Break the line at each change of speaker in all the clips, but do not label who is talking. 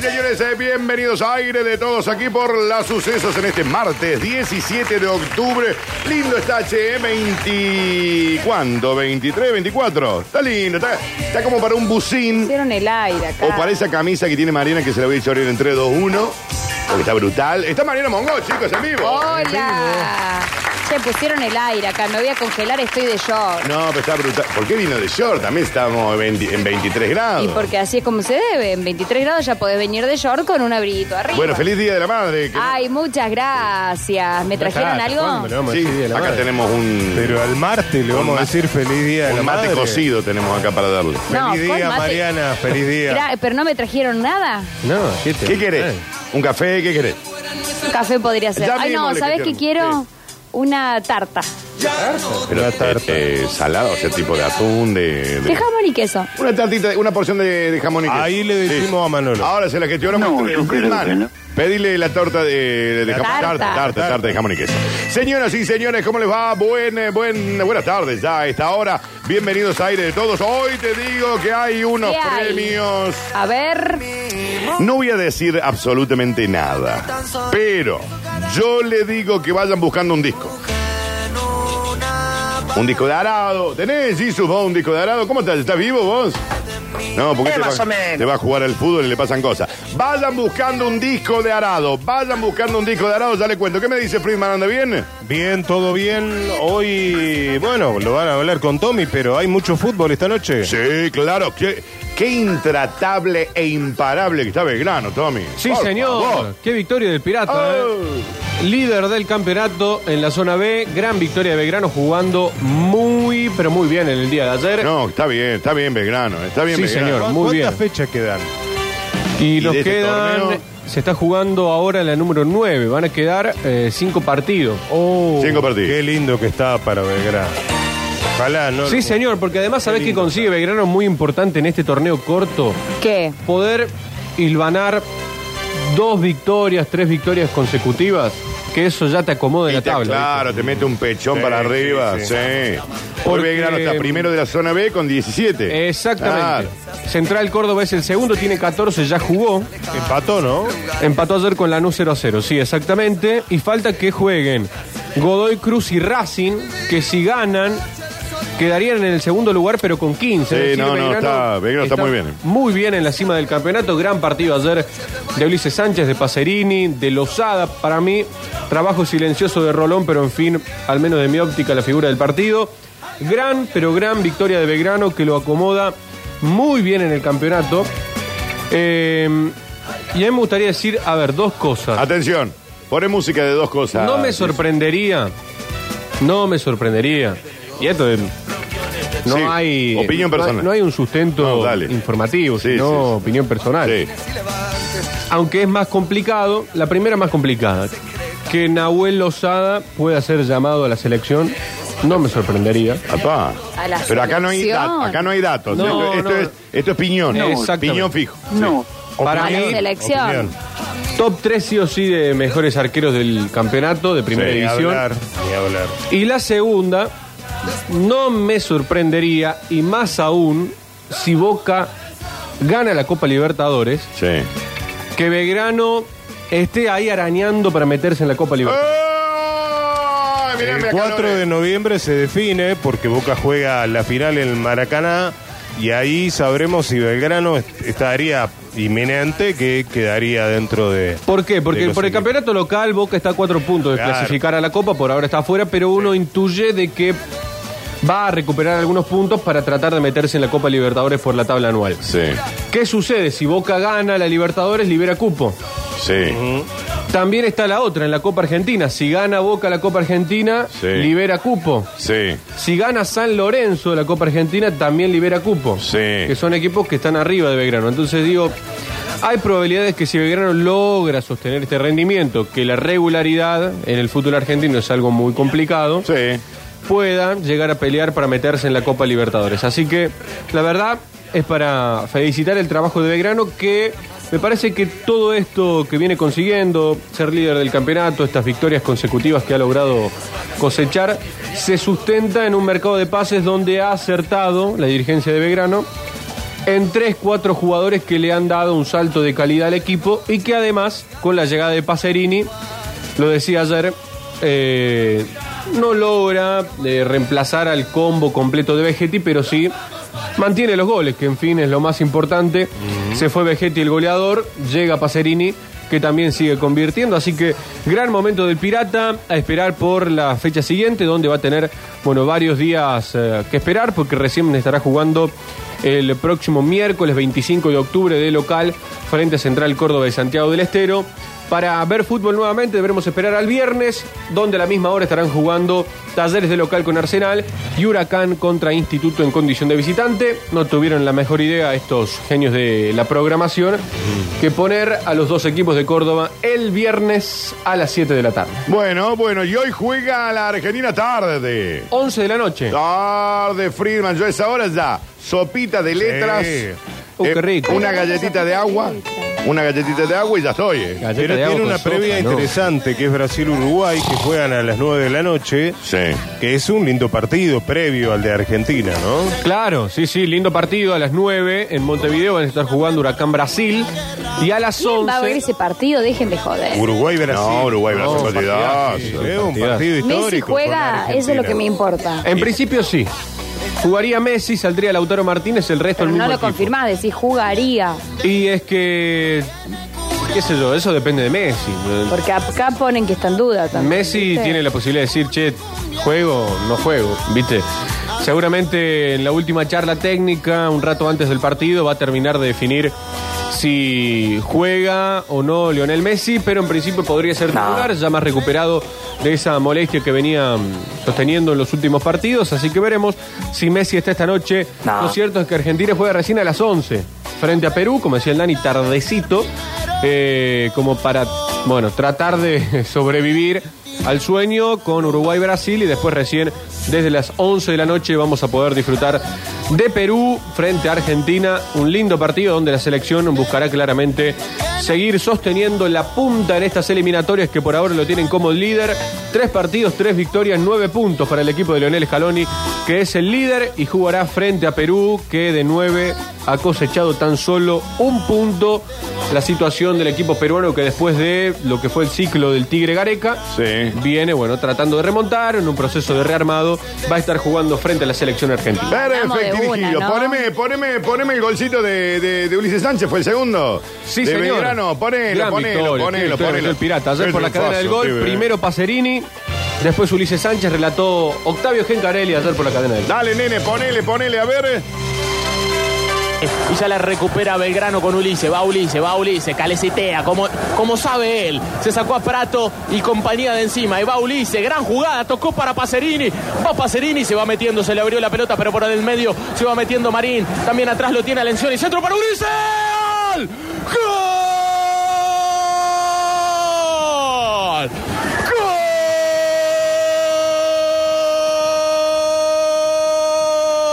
señores, eh, bienvenidos a Aire de Todos aquí por las sucesos en este martes 17 de octubre. Lindo está HM 20. ¿Cuándo? 23, 24. Está lindo, está, está como para un bucín
Hicieron el aire acá.
o para esa camisa que tiene Mariana que se la voy a echar en 3, 2, 1. Porque está brutal. Está Mariana Mongo, chicos, en vivo.
Hola. Se pusieron el aire acá. Me voy a congelar, estoy de short.
No, pero está brutal. ¿Por qué vino de short? También estamos en 20 en 23 grados.
Y porque así es como se debe. En 23 grados ya podés venir de short con un abriguito arriba.
Bueno, feliz día de la madre. que-
Ay, muchas gracias. ¿Me trajeron
Ah, ¿cuándo le
algo?
vamos a
Sí,
decir día de la
acá
madre?
tenemos un.
Pero al martes le vamos
ma-
a decir feliz día de la
Un mate
madre.
cocido tenemos acá para darle.
Feliz
No, con
día,
mate.
Mariana, feliz día.
Gra- pero no me trajeron nada.
No, ¿qué, te-
¿Qué querés?
Eh,
¿Un café? ¿Qué querés?
Un café podría ser.
Ya
Ay,
mismo
no,
le
¿sabes qué
metieron.
quiero? Una tarta.
Pero,
Una tarta.
eh, eh, salado, o sea, tipo de atún, de. de-
De jamón y queso.
Una tartita, una porción de, de jamón y queso.
Ahí le decimos a Manolo.
Ahora se la gestionamos.
No, yo creo
Mal.
que no.
Pedile la torta de, de
La
jamón.
tarta.
Tarta, tarta, tarta de jamón y queso. Señoras y señores, ¿cómo les va? Buen, eh, buen, buenas tardes ya a esta hora. Bienvenidos a Aire de Todos. Hoy te digo que hay unos
¿Qué hay?
premios.
A ver.
No voy a decir absolutamente nada, pero yo le digo que vayan buscando un disco. Un disco de arado. ¿Tenés, Jesus, vos un disco de arado? ¿Cómo estás? ¿Estás vivo vos? No, porque
Eh,
te,
más
va,
o menos.
te va a jugar al fútbol y le pasan cosas. Vayan buscando un disco de arado. Vayan buscando un disco de arado, ya le cuento. ¿Qué me dice Friedman? ¿Anda bien?
Bien, todo bien. Hoy, bueno, lo van a hablar con Tommy, pero hay mucho fútbol esta noche.
Sí, claro. Qué, qué intratable e imparable que está Belgrano, Tommy.
Sí,
Por
señor.
favor.
Qué victoria del Pirata.
Oh.
eh. Líder del campeonato en la zona B. Gran victoria de Belgrano jugando muy, pero muy bien en el día de ayer.
No, está bien, está bien Belgrano. Está bien
Sí,
Belgrano.
señor.
¿Cu-
muy
¿Cuántas
bien.
fechas quedan?
y los
de este
quedan.
torneo-
Se está jugando ahora la número 9. Van a quedar eh, cinco partidos.
Oh,
Uh, Cinco partidos.
Qué lindo que está para Belgrano. Ojalá, ¿no?
Sí, señor, porque además sabés que
lindo,
consigue Belgrano muy importante en este torneo corto.
¿Qué?
Poder hilvanar dos victorias, tres victorias consecutivas. Que eso ya te acomoda en
Y
la
te-
tabla. ¿viste?
claro, te mete un pechón
Sí,
para
sí,
arriba. Sí.
sí.
Hoy
Porque-
Belgrano está primero de la zona B con 17.
Exactamente. Central Córdoba es el segundo, tiene 14, ya jugó.
Empató, ¿no?
Empató ayer con Lanús 0 a 0, sí, exactamente. Y falta que jueguen Godoy Cruz y Racing, que si ganan quedarían en el segundo lugar, pero con 15.
Sí,
Es decir,
no, no, está- Belgrano está muy bien.
Muy bien en la cima del campeonato. Gran partido ayer de Ulises Sánchez, de Pacerini, de Lozada. Para mí, trabajo silencioso de Rolón, pero en fin, al menos de mi óptica, la figura del partido. Gran, pero gran victoria de Belgrano que lo acomoda muy bien en el campeonato. Eh, y a mí me gustaría decir, a ver, dos cosas.
Atención, pone música de dos cosas.
No me sorprendería. No me sorprendería. Y esto de- No
Sí,
hay.
opinión
no hay-
personal.
No hay un sustento
No, dale.
informativo,
Sí,
sino
sí, sí.
opinión personal.
Sí.
Aunque es más complicado, la primera más complicada. Que Nahuel Lozada pueda ser llamado a la selección, no me sorprendería.
Papá.
A la
Pero acá no hay,
selección.
dat- acá no hay datos.
No,
esto, esto
no.
Es, esto es piñón.
No, exactamente.
piñón fijo.
No,
Para
A la
mí,
selección.
Opinión.
top 3 sí o sí de mejores arqueros del campeonato, de primera
Ni
división.
hablar, ni hablar.
Y la segunda, no me sorprendería, y más aún, si Boca gana la Copa Libertadores,
Sí.
que Belgrano esté ahí arañando para meterse en la Copa Libertadores.
¡Ay, mirá,
El
mirá,
4
calores!
de noviembre se define porque Boca juega la final en Maracaná y ahí sabremos si Belgrano est- estaría inminente que quedaría dentro de...
¿Por qué?
de
Porque
los
por el
equipos.
campeonato local Boca está a cuatro puntos de
Ah. Claro.
clasificar a la Copa, por ahora está afuera, pero uno intuye de que va a recuperar algunos puntos para tratar de meterse en la Copa Libertadores por la tabla anual.
Sí,
¿Qué sucede? Si Boca gana la Libertadores, libera cupo.
sí.
También está la otra en la Copa Argentina. Si gana Boca la Copa Argentina,
Sí.
libera cupo.
Sí,
Si gana San Lorenzo la Copa Argentina, también libera cupo.
Sí.
Que son equipos que están arriba de Belgrano. Entonces digo, hay probabilidades que si Belgrano logra sostener este rendimiento, que la regularidad en el fútbol argentino es algo muy complicado,
sí.
pueda llegar a pelear para meterse en la Copa Libertadores. Así que, la verdad, es para felicitar el trabajo de Belgrano que me parece que todo esto que viene consiguiendo, ser líder del campeonato, estas victorias consecutivas que ha logrado cosechar, se sustenta en un mercado de pases donde ha acertado la dirigencia de Belgrano en 3-4 jugadores que le han dado un salto de calidad al equipo y que además, con la llegada de Pacerini, lo decía ayer, eh, no logra eh, reemplazar al combo completo de Vegetti, pero sí mantiene los goles, que en fin es lo más importante. Se fue Vegetti el goleador, llega Pacerini que también sigue convirtiendo, así que gran momento del Pirata, a esperar por la fecha siguiente, donde va a tener bueno, varios días eh, que esperar, porque recién estará jugando el próximo miércoles 25 de octubre de local frente a Central Córdoba de Santiago del Estero. Para ver fútbol nuevamente deberemos esperar al viernes, donde a la misma hora estarán jugando Talleres de local con Arsenal y Huracán contra Instituto en condición de visitante. No tuvieron la mejor idea estos genios de la programación que poner a los dos equipos de Córdoba el viernes a las 7 de la tarde.
Bueno, bueno, y hoy juega la Argentina tarde.
11 de la noche.
Tarde, Friedman. Yo a esa hora ya. Sopita de letras. eh,
Uh, qué rico.
Una galletita de agua. Una galletita de agua y ya estoy. eh.
Galleta
Pero
de
tiene
agua
una
con sopa,
previa
¿no?
interesante que es Brasil-Uruguay, que juegan a las 9 de la noche,
Sí.
que es un lindo partido previo al de Argentina, ¿no?
Claro, sí, sí, lindo partido a las 9 en Montevideo van a estar jugando Huracán Brasil y a las
¿Quién va a ver
11
ese partido? Dejen de joder.
Uruguay-Brasil.
No, Uruguay, Brasil,
No,
partidazo.
Sí, es un partido
Messi
histórico. con
juega,
Argentina.
eso es lo que me importa.
en principio sí. Jugaría Messi, saldría Lautaro Martínez, el resto
Pero
el
no
mismo
lo
equipo.
confirmás, decís jugaría.
Y es que qué sé yo, eso depende de Messi.
Porque acá ponen que está en duda también.
Messi
¿viste?
tiene la posibilidad de decir, "Che, juego, no juego", ¿viste? Seguramente en la última charla técnica, un rato antes del partido, va a terminar de definir si juega o no Lionel Messi, pero en principio podría ser titular, ya más recuperado de esa molestia que venía mm, sosteniendo en los últimos partidos, así que veremos si Messi está esta noche.
No.
Lo cierto es que Argentina juega recién a las 11 frente a Perú, como decía el Dani, tardecito, eh, como para, bueno, tratar de sobrevivir al sueño con Uruguay-Brasil y después recién desde las 11 de la noche vamos a poder disfrutar de Perú frente a Argentina, un lindo partido donde la selección buscará claramente seguir sosteniendo la punta en estas eliminatorias que por ahora lo tienen como líder. Tres partidos, tres victorias, nueve puntos para el equipo de Leonel Scaloni, que es el líder y jugará frente a Perú, que de nueve ha cosechado tan solo un punto. La situación del equipo peruano que después de lo que fue el ciclo del Tigre Gareca,
Sí.
viene, bueno, tratando de remontar en un proceso de rearmado, va a estar jugando frente a la selección argentina.
Ganamos de
Perfecto,
una,
dirigido.
¿no?
Poneme, poneme, poneme el golcito de, de- de Ulises Sánchez, fue el segundo.
Sí,
de
señor.
Belgrano, ponelo,
Gran
ponelo,
victoria, sí,
ponelo,
victoria
ponelo.
del Pirata. Ayer
Qué
por la cadena del
triunfazo,
gol,
pibe.
primero Pacerini, después Ulises Sánchez, relató Octavio Gencarelli ayer por la cadena del gol.
Dale, nene, ponele, ponele, a ver.
Y ya la recupera Belgrano con Ulises. Va Ulises, va Ulises, calecitea, como, como sabe él. Se sacó a Prato y compañía de encima. Y va Ulises, gran jugada, tocó para Pacerini. Va Pacerini, se va metiendo, se le abrió la pelota, pero por el medio se va metiendo Marín. También atrás lo tiene Alención y centro para Ulises. ¡Gol! ¡Gol!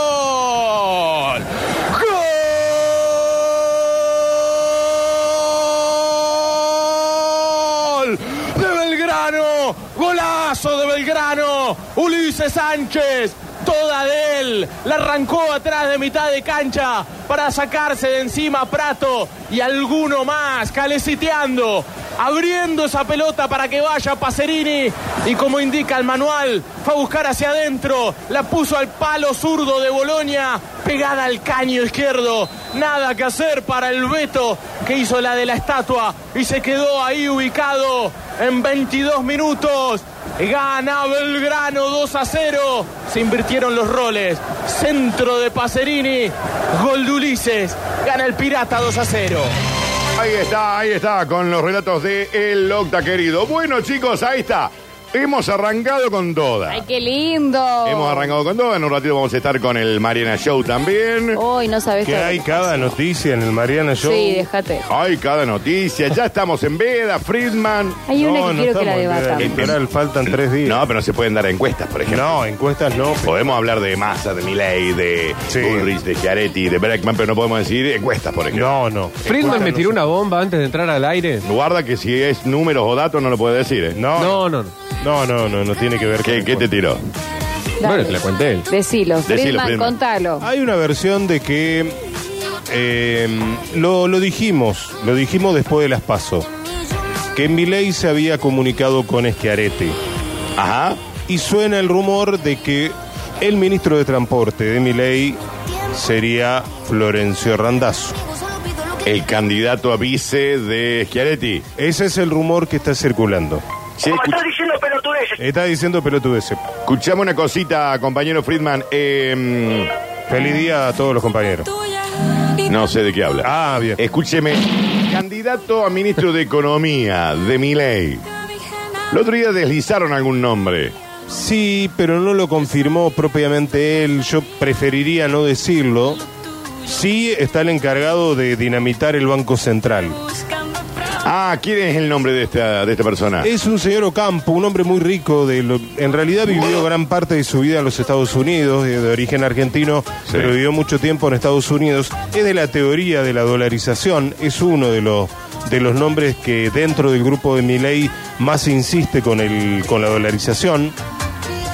¡Gol! ¡Gol! ¡De Belgrano! ¡Golazo de Belgrano! Ulises Sánchez, toda de él, la arrancó atrás de mitad de cancha para sacarse de encima a Prato y alguno más, caleciteando, abriendo esa pelota para que vaya Pacerini y como indica el manual, fue a buscar hacia adentro, la puso al palo zurdo de Bolonia, pegada al caño izquierdo, nada que hacer para el Beto que hizo la de la estatua y se quedó ahí ubicado en 22 minutos. Gana Belgrano 2 a 0. Se invirtieron los roles. Centro de Pacerini. Gol de Ulises. Gana el Pirata 2 a 0.
Ahí está, ahí está, con los relatos de El Octa querido. Bueno, chicos, ahí está. Hemos arrancado con toda.
Ay, qué lindo.
Oh.
Hemos arrancado con toda. En un ratito vamos a estar con el Mariana Show también.
Oh.
Hoy no sabes
Que
todo lo
hay
que
cada noticia en el Mariana
pasó.
Show.
Sí, déjate.
Ay, cada noticia. Ya estamos en Veda, Friedman.
Hay una
No,
que
no
quiero que la
estamos en
debatamos.
el litoral, faltan tres días.
No, pero no se pueden dar encuestas, por ejemplo.
No, encuestas no. pero-
Podemos hablar de Massa, de Milei, de
Sí.
Bullrich, de Chiaretti, de Breckman, pero no podemos decir encuestas, por ejemplo.
No, no.
Friedman me tiró una bomba antes de entrar al aire.
Guarda que si es números o datos no lo puede decir, ¿eh?
No,
No, no, no.
No, no, no, no tiene que ver
¿Qué,
con
qué te tiró?
Dale.
Bueno, te la cuenté.
Decilo, Friedman,
Friedman.
contalo.
Hay una versión de que eh, lo, lo dijimos, lo dijimos después de las PASO, que Milei se había comunicado con Esquiarete.
Ajá.
Y suena el rumor de que el ministro de Transporte de Milei sería Florencio Randazzo.
El candidato a vice de Schiaretti.
Ese es el rumor que está circulando.
Che,
Como
escu-
estás diciendo pelotudeces.
Está diciendo pelotudeces.
escuchame una cosita, compañero Friedman. Eh,
Feliz día a todos los compañeros.
no sé de qué habla.
Ah, bien.
Escúcheme, candidato a ministro de Economía de Milei. El otro día deslizaron algún nombre.
Sí, pero no lo confirmó propiamente él. Yo preferiría no decirlo. Sí está el encargado de dinamitar el Banco Central.
Ah, ¿quién es el nombre de esta, de esta persona?
Es un señor Ocampo, un hombre muy rico. De lo- en realidad vivió gran parte de su vida en los Estados Unidos, eh, de, de origen argentino,
Sí.
pero vivió mucho tiempo en Estados Unidos. Es de la teoría de la dolarización. Es uno de los de los nombres que dentro del grupo de Milei más insiste con el con la dolarización,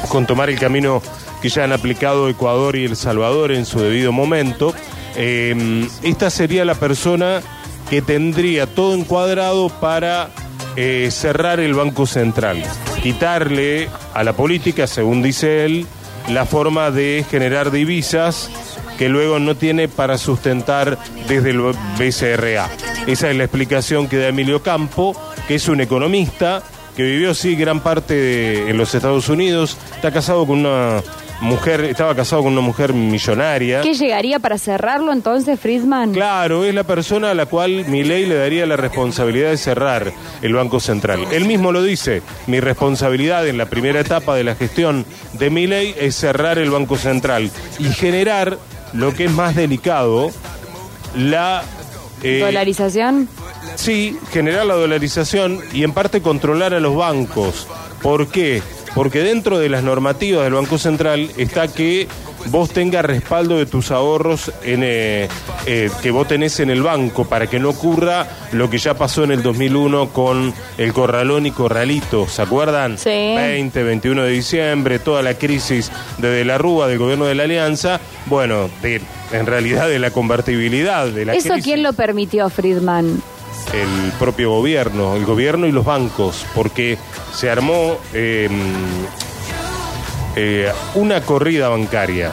con tomar el camino que ya han aplicado Ecuador y El Salvador en su debido momento. Eh, esta sería la persona que tendría todo encuadrado para eh, cerrar el Banco Central, quitarle a la política, según dice él, la forma de generar divisas que luego no tiene para sustentar desde el BCRA. Esa es la explicación que da Emilio Campo, que es un economista que vivió sí gran parte de- en los Estados Unidos, está casado con una mujer, estaba casado con una mujer millonaria.
¿Qué llegaría para cerrarlo entonces, Friedman?
Claro, es la persona a la cual Milei le daría la responsabilidad de cerrar el Banco Central. Él mismo lo dice, mi responsabilidad en la primera etapa de la gestión de Milei es cerrar el Banco Central y generar lo que es más delicado, la... eh,
¿Dolarización?
Sí, generar la dolarización y en parte controlar a los bancos. ¿Por qué? Porque dentro de las normativas del Banco Central está que vos tengas respaldo de tus ahorros en, eh, eh, que vos tenés en el banco para que no ocurra lo que ya pasó en el 2001 con el corralón y corralito. ¿Se acuerdan?
Sí.
20, 21 de diciembre, toda la crisis de, De la Rúa, del gobierno de la Alianza. Bueno, de- en realidad de la convertibilidad, de la
¿Eso
crisis
quién lo permitió, Friedman?
el propio gobierno, el gobierno y los bancos, porque se armó eh, eh, una corrida bancaria.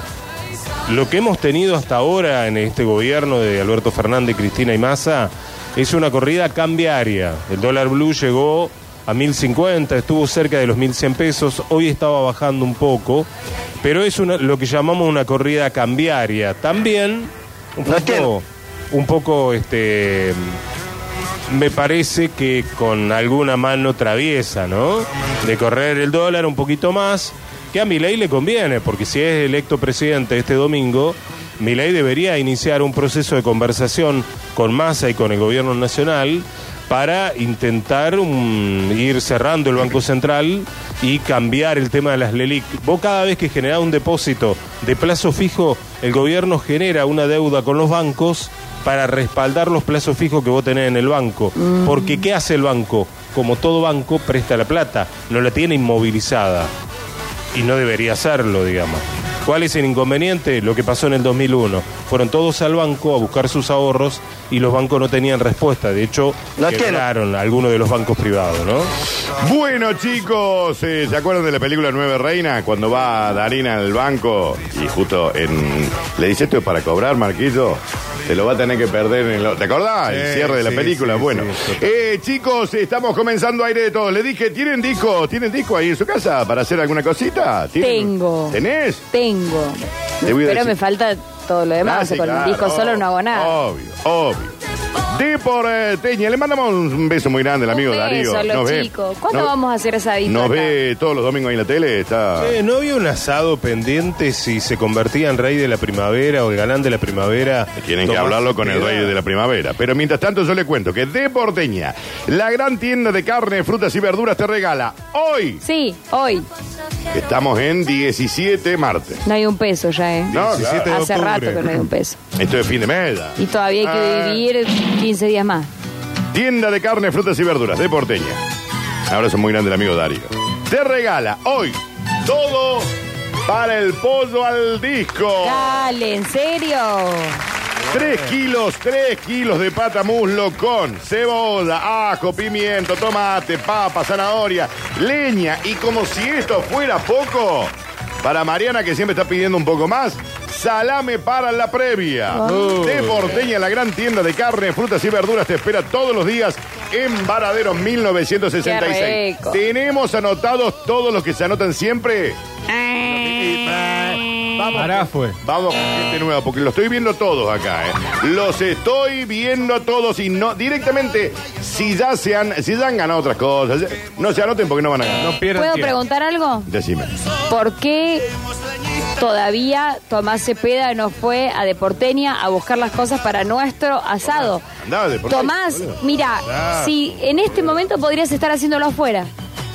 Lo que hemos tenido hasta ahora en este gobierno de Alberto Fernández, Cristina y Massa es una corrida cambiaria. El dólar blue llegó a 1050, estuvo cerca de los 1100 pesos, hoy estaba bajando un poco, pero es una- lo que llamamos una corrida cambiaria. También un poco, un poco este, me parece que con alguna mano traviesa, ¿no? De correr el dólar un poquito más, que a Milei le conviene, porque si es electo presidente este domingo, Milei debería iniciar un proceso de conversación con Massa y con el gobierno nacional para intentar mm, ir cerrando el Banco Central y cambiar el tema de las LELIC. Vos cada vez que generás un depósito de plazo fijo, el gobierno genera una deuda con los bancos para respaldar los plazos fijos que vos tenés en el banco. Porque ¿qué hace el banco? Como todo banco, presta la plata, no la tiene inmovilizada. Y no debería hacerlo, digamos. ¿Cuál es el inconveniente? Lo que pasó en el 2001. Fueron todos al banco a buscar sus ahorros y los bancos no tenían respuesta. De hecho,
No tiene.
quebraron algunos de los bancos privados, ¿no?
Bueno, chicos, eh, ¿se acuerdan de la película Nueve Reina? Cuando va Darina al banco y justo en... le dice esto es para cobrar, Marquito. Te lo va a tener que perder en el... ¿Te acordás? El
Sí,
cierre de la
sí,
película.
sí,
bueno,
sí, total.
eh, chicos, estamos comenzando aire de todo. Le dije, ¿tienen disco? ¿Tienen disco ahí en su casa para hacer alguna cosita? ¿Tienen-
Tengo.
¿Tenés?
Tengo.
Te voy a
Pero
decir-
me falta todo lo demás.
Ah, sí,
con
claro,
un disco solo no hago nada.
Obvio, obvio. De por eh, Teña, le mandamos un beso muy grande al amigo
Un beso
Darío.
a los
Nos ve.
chicos. ¿Cuándo
Nos-
vamos a hacer asadito
Nos
acá?
ve todos los domingos ahí en la tele. Está...
Eh, ¿No había un asado pendiente si se convertía en rey de la primavera o el galán de la primavera?
Tienen que
Tomás
hablarlo con el
Cepeda?
rey de la primavera. Pero mientras tanto yo le cuento que De Porteña, la gran tienda de carne, frutas y verduras te regala hoy,
Sí, hoy.
que estamos en 17 martes.
No hay un peso ya, ¿eh?
No,
17 de
claro.
Hace rato
octubre.
que no hay un peso.
Esto es fin de mes. ya.
Y todavía hay que
Ah.
vivir 15 días más.
Tienda de carne, frutas y verduras de Porteña. Un abrazo muy grande el amigo Darío. Te regala hoy todo para el pollo al disco.
Dale, ¿en serio?
3 kilos, 3 kilos de pata muslo con cebolla, ajo, pimiento, tomate, papa, zanahoria, leña. Y como si esto fuera poco, para Mariana que siempre está pidiendo un poco más, salame para la previa. De Porteña, la gran tienda de carne, frutas y verduras te espera todos los días en Varadero 1966.
Qué rico.
Tenemos anotados todos los que se anotan siempre. Vamos.
Pará, fue.
Vamos con gente nueva, porque lo estoy viendo todos acá, ¿eh? Los estoy viendo a todos y no directamente, si ya se han, si ya han ganado otras cosas, ya- no se anoten porque no van a ganar.
No pierdan
¿Puedo
tiempo.
preguntar algo?
Decime.
¿Por qué todavía Tomás Cepeda no fue a Deporteña a buscar las cosas para nuestro asado?
Andá, de por ahí,
Tomás,
boludo.
mira,
Claro.
si en este momento podrías estar haciéndolo afuera,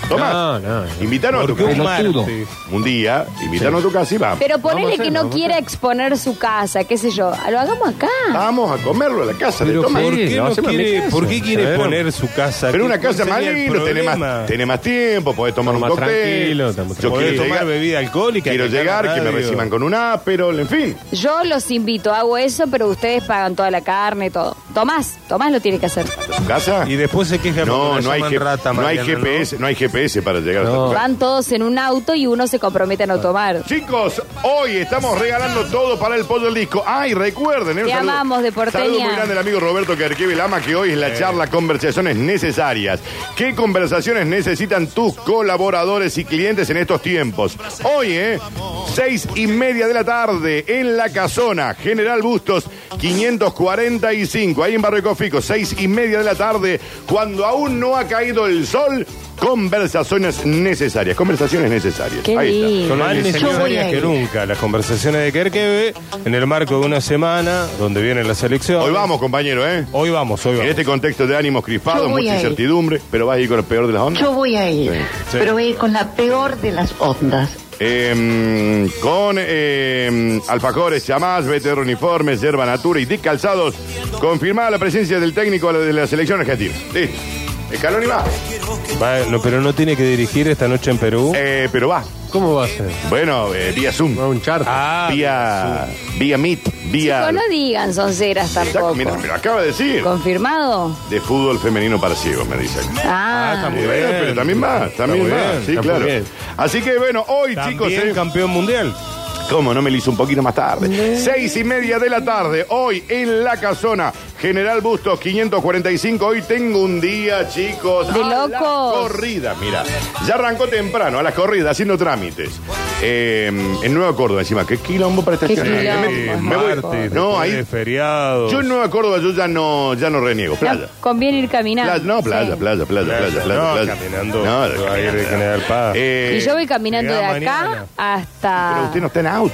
Tomás,
No, no.
invítanos a tu
un
casa.
martes?
Un día, invítanos a tu casa y vamos.
pero ponele
hacerlo,
que no
vamos a
quiera exponer su casa, qué sé yo, lo hagamos acá.
Vamos a comerlo a la casa de
Pero
Tomás.
¿por
¿Por qué,
Sí, lo
no
hacemos en mi
quiere,
casa.
¿Por qué quiere
Claro.
poner su casa?
Pero
¿Qué-
una
cuál
casa más
sería el
linda, tenés
problema?
más, tenés más tiempo, podés tomar
Estamos
un
más
cóctel.
tranquilos, estamos
Yo
Podés
quiero
tomar
llegar,
bebida alcohólica.
quiero
acá en la
llegar, que me
radio.
reciban con un ápero, en fin.
Yo los invito, hago eso, pero ustedes pagan toda la carne, todo. Tomás, Tomás lo tiene que hacer.
¿Tu casa?
Y después se queja
No,
porque la
no hay,
llaman
G-
rata,
no hay
Mariana,
GPS, no hay GPS para llegar hasta tu
No.
casa.
Van todos en un auto y uno se compromete a
Ah.
no tomar.
Chicos, hoy estamos regalando todo para el pollo del disco. Ay, recuerden, ¿eh? Un
Te
saludo-
amamos, de porteña.
Saludo muy grande al amigo Roberto Carquevi Lama, que hoy es la charla Conversaciones Necesarias. ¿Qué conversaciones necesitan tus colaboradores y clientes en estos tiempos? Hoy, ¿eh? Seis y media de la tarde en La Casona, General Bustos 545, ahí en Barrio Cofico, seis y media de la tarde, cuando aún no ha caído el sol, conversaciones necesarias, conversaciones necesarias.
Qué
ahí está.
lindo.
Son más
Yo voy a
necesarias
ir.
que nunca las conversaciones de Kerkebe en el marco de una semana donde viene la selección.
Hoy vamos, compañero, ¿eh?
Hoy vamos, hoy
En
vamos.
este contexto de ánimos crispados,
Yo voy
mucha
a ir.
incertidumbre, pero vas a ir con el peor de las ondas.
Yo voy a ir,
Sí,
sí.
pero voy a ir con la peor de las ondas.
Em, con em, alfajores, chamás, BTR uniformes, yerba natura y de calzados, confirmada la presencia del técnico de la selección argentina. Sí. Escalón y va.
Va, no, pero no tiene que dirigir esta noche en Perú.
Eh, pero va.
¿Cómo va a ser?
Bueno, eh, vía Zoom.
¿Va a un charter?
vía, vía Meet. Vía.
Chicos, no digan sonceras
Exacto,
tampoco.
mira, me lo acaba de decir.
¿Confirmado?
De fútbol femenino para ciegos, me dicen.
Ah,
está muy
Eh,
bien.
pero también más, también
Está muy
más.
bien,
Sí,
está muy
claro.
bien.
Así que bueno, hoy chicos.
También
eh,
campeón mundial.
¿Cómo no me lo hizo un poquito más tarde? Seis y media de la tarde, hoy en La Casona, General Bustos 545. Hoy tengo un día, chicos.
De
a la
locos.
corrida, mira. Ya arrancó temprano, a las corridas, haciendo trámites. Eh, en Nueva Córdoba, encima, qué quilombo para esta
Qué
gente.
quilombo.
Me- me voy-
Martes,
No, ahí-
después de feriado.
Yo en Nueva Córdoba yo ya no, ya no reniego. Playa.
no, conviene ir caminando.
Playa, no, playa,
Sí.
playa, playa, playa, playa,
no,
playa.
caminando.
No,
Yo a ir de
caminando.
General Paz.
Eh,
Y yo voy caminando de
llegá
acá
mañana.
Pero
hasta...
usted no está en auto.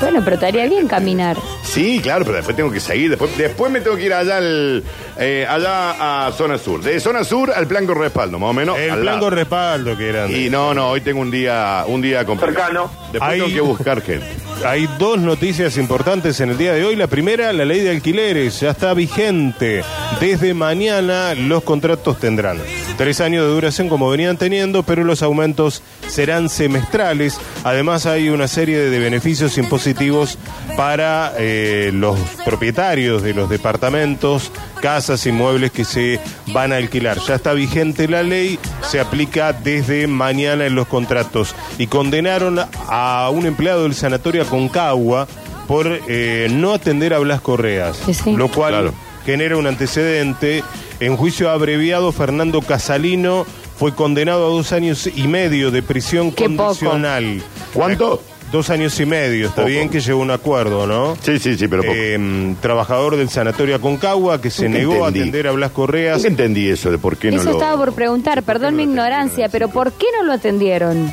Bueno, pero estaría bien caminar.
Sí, claro, pero después tengo que seguir. Después, después me tengo que ir allá al, eh, allá a Zona Sur. De Zona Sur al Plan con Respaldo, más o menos.
el
al lado.
blanco respaldo que eran.
Y no, no, hoy tengo un día, un día complicado.
Cercano.
Después
Ahí-
tengo que buscar gente.
Hay dos noticias importantes en el día de hoy. La primera, la ley de alquileres, ya está vigente. Desde mañana los contratos tendrán tres años de duración como venían teniendo, pero los aumentos serán semestrales. Además hay una serie de beneficios impositivos para eh, los propietarios de los departamentos, casas, inmuebles que se van a alquilar. Ya está vigente la ley, se aplica desde mañana en los contratos. Y condenaron a un empleado del sanatorio Aconcagua por eh, no atender a Blas Correas,
Sí, sí.
lo cual
Claro.
genera un antecedente. En juicio abreviado, Fernando Casalino fue condenado a dos años y medio de prisión
Qué poco.
condicional.
¿Cuánto?
Dos años y medio, está
Poco.
bien que llegó a un acuerdo, ¿no?
Sí, sí, sí, pero poco.
Eh, trabajador del sanatorio Aconcagua que se
Nunca
negó
entendí.
a atender a Blas Correas.
Nunca entendí eso de por qué no
Eso
lo.
estaba por preguntar, perdón mi ignorancia, pero ¿por qué no lo atendieron?